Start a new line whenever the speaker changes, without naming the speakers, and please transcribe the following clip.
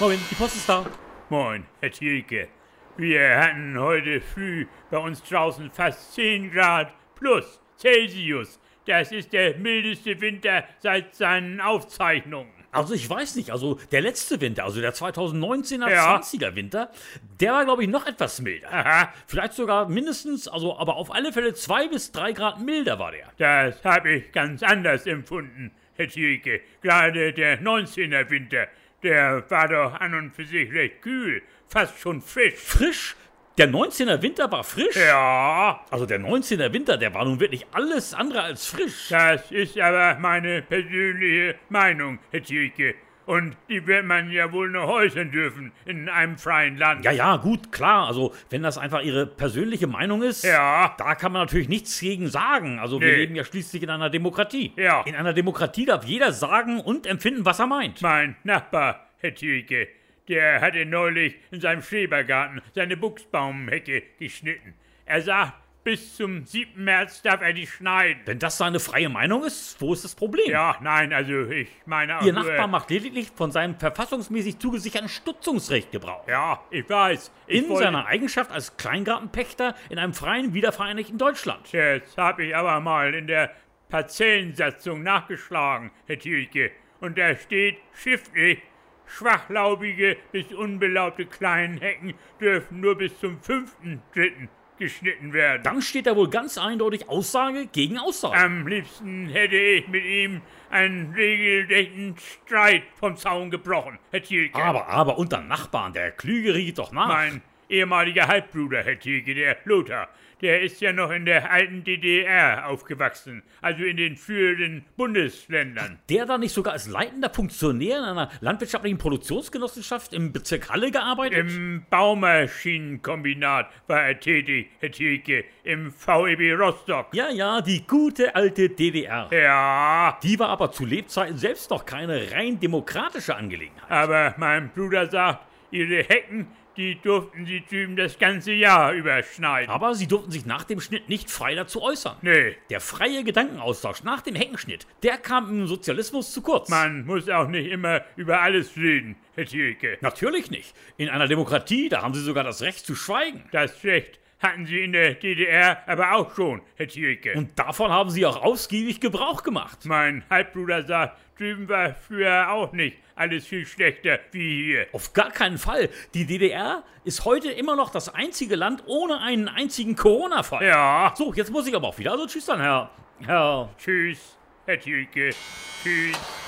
Robin, die Post ist da.
Moin, Herr Thielke. Wir hatten heute früh bei uns draußen fast 10 Grad plus Celsius. Das ist der mildeste Winter seit seinen Aufzeichnungen.
Also ich weiß nicht, also der letzte Winter, also der 2019er,
Ja.
20er Winter, der war glaube ich noch etwas milder.
Aha,
Vielleicht sogar mindestens, also aber auf alle Fälle zwei bis drei Grad milder war der.
das habe ich ganz anders empfunden, Herr Thielke. Gerade der 19er Winter, der war doch an und für sich recht kühl, fast schon frisch.
Frisch? Der 19er Winter war frisch?
Ja,
Also der 19er Winter, der war nun wirklich alles andere als frisch.
Das ist aber meine persönliche Meinung, Herr Thielke. Und die wird man ja wohl noch äußern dürfen in einem freien Land.
Ja, ja, gut, klar. Also, wenn das einfach Ihre persönliche Meinung ist,
Ja.
da kann man natürlich nichts gegen sagen. Also, wir
Nee.
leben ja schließlich in einer Demokratie.
Ja.
In einer Demokratie darf jeder sagen und empfinden, was er meint.
Mein Nachbar, Herr Thielke, der hatte neulich in seinem Schrebergarten seine Buchsbaumhecke geschnitten. Er sagt, bis zum 7. März darf er die schneiden.
Wenn das seine freie Meinung ist, wo ist das Problem?
Ja, nein, also ich meine auch
Ihr
nur-
Nachbar macht lediglich von seinem verfassungsmäßig zugesicherten Stutzungsrecht Gebrauch.
Ja, ich weiß. Ich
in
wollte-
seiner Eigenschaft als Kleingartenpächter in einem freien, wiedervereinigten Deutschland.
Jetzt habe ich aber mal in der Parzellensatzung nachgeschlagen, Herr Thielke. Und da steht schriftlich, schwachlaubige bis unbelaubte kleinen Hecken dürfen nur bis zum 5.3. geschnitten werden.
Dann steht da wohl ganz eindeutig Aussage gegen Aussage.
Am liebsten hätte ich mit ihm einen regelrechten Streit vom Zaun gebrochen, Herr Thielke.
Aber, aber unter Nachbarn, der Klüge riecht doch nach.
Mein ehemaliger Halbbruder, Herr Thielke, der Lothar, der ist ja noch in der alten DDR aufgewachsen, also in den früheren Bundesländern.
Der da nicht sogar als leitender Funktionär in einer landwirtschaftlichen Produktionsgenossenschaft im Bezirk Halle gearbeitet?
Im Baumaschinenkombinat war er tätig, Herr Thielke, im VEB Rostock.
Ja, ja, die gute alte DDR.
Ja,
Die war aber zu Lebzeiten selbst noch keine rein demokratische Angelegenheit.
aber mein Bruder sagt, ihre Hecken, die durften sie drüben das ganze Jahr überschneiden.
Aber sie durften sich nach dem Schnitt nicht frei dazu äußern.
Nee,
Der freie Gedankenaustausch nach dem Heckenschnitt, der kam im Sozialismus zu kurz.
man muss auch nicht immer über alles reden, Herr Thielke.
Natürlich nicht. In einer Demokratie, da haben sie sogar das Recht zu schweigen.
Das Recht hatten sie in der DDR aber auch schon, Herr Thielke.
Und davon haben sie auch ausgiebig Gebrauch gemacht.
mein Halbbruder sagt, drüben war früher auch nicht alles viel schlechter wie hier.
Auf gar keinen Fall. Die DDR ist heute immer noch das einzige Land ohne einen einzigen Corona-Fall.
Ja,
So, jetzt muss ich aber auch wieder. Also tschüss dann, Herr. Herr.
tschüss, Herr Thielke, tschüss.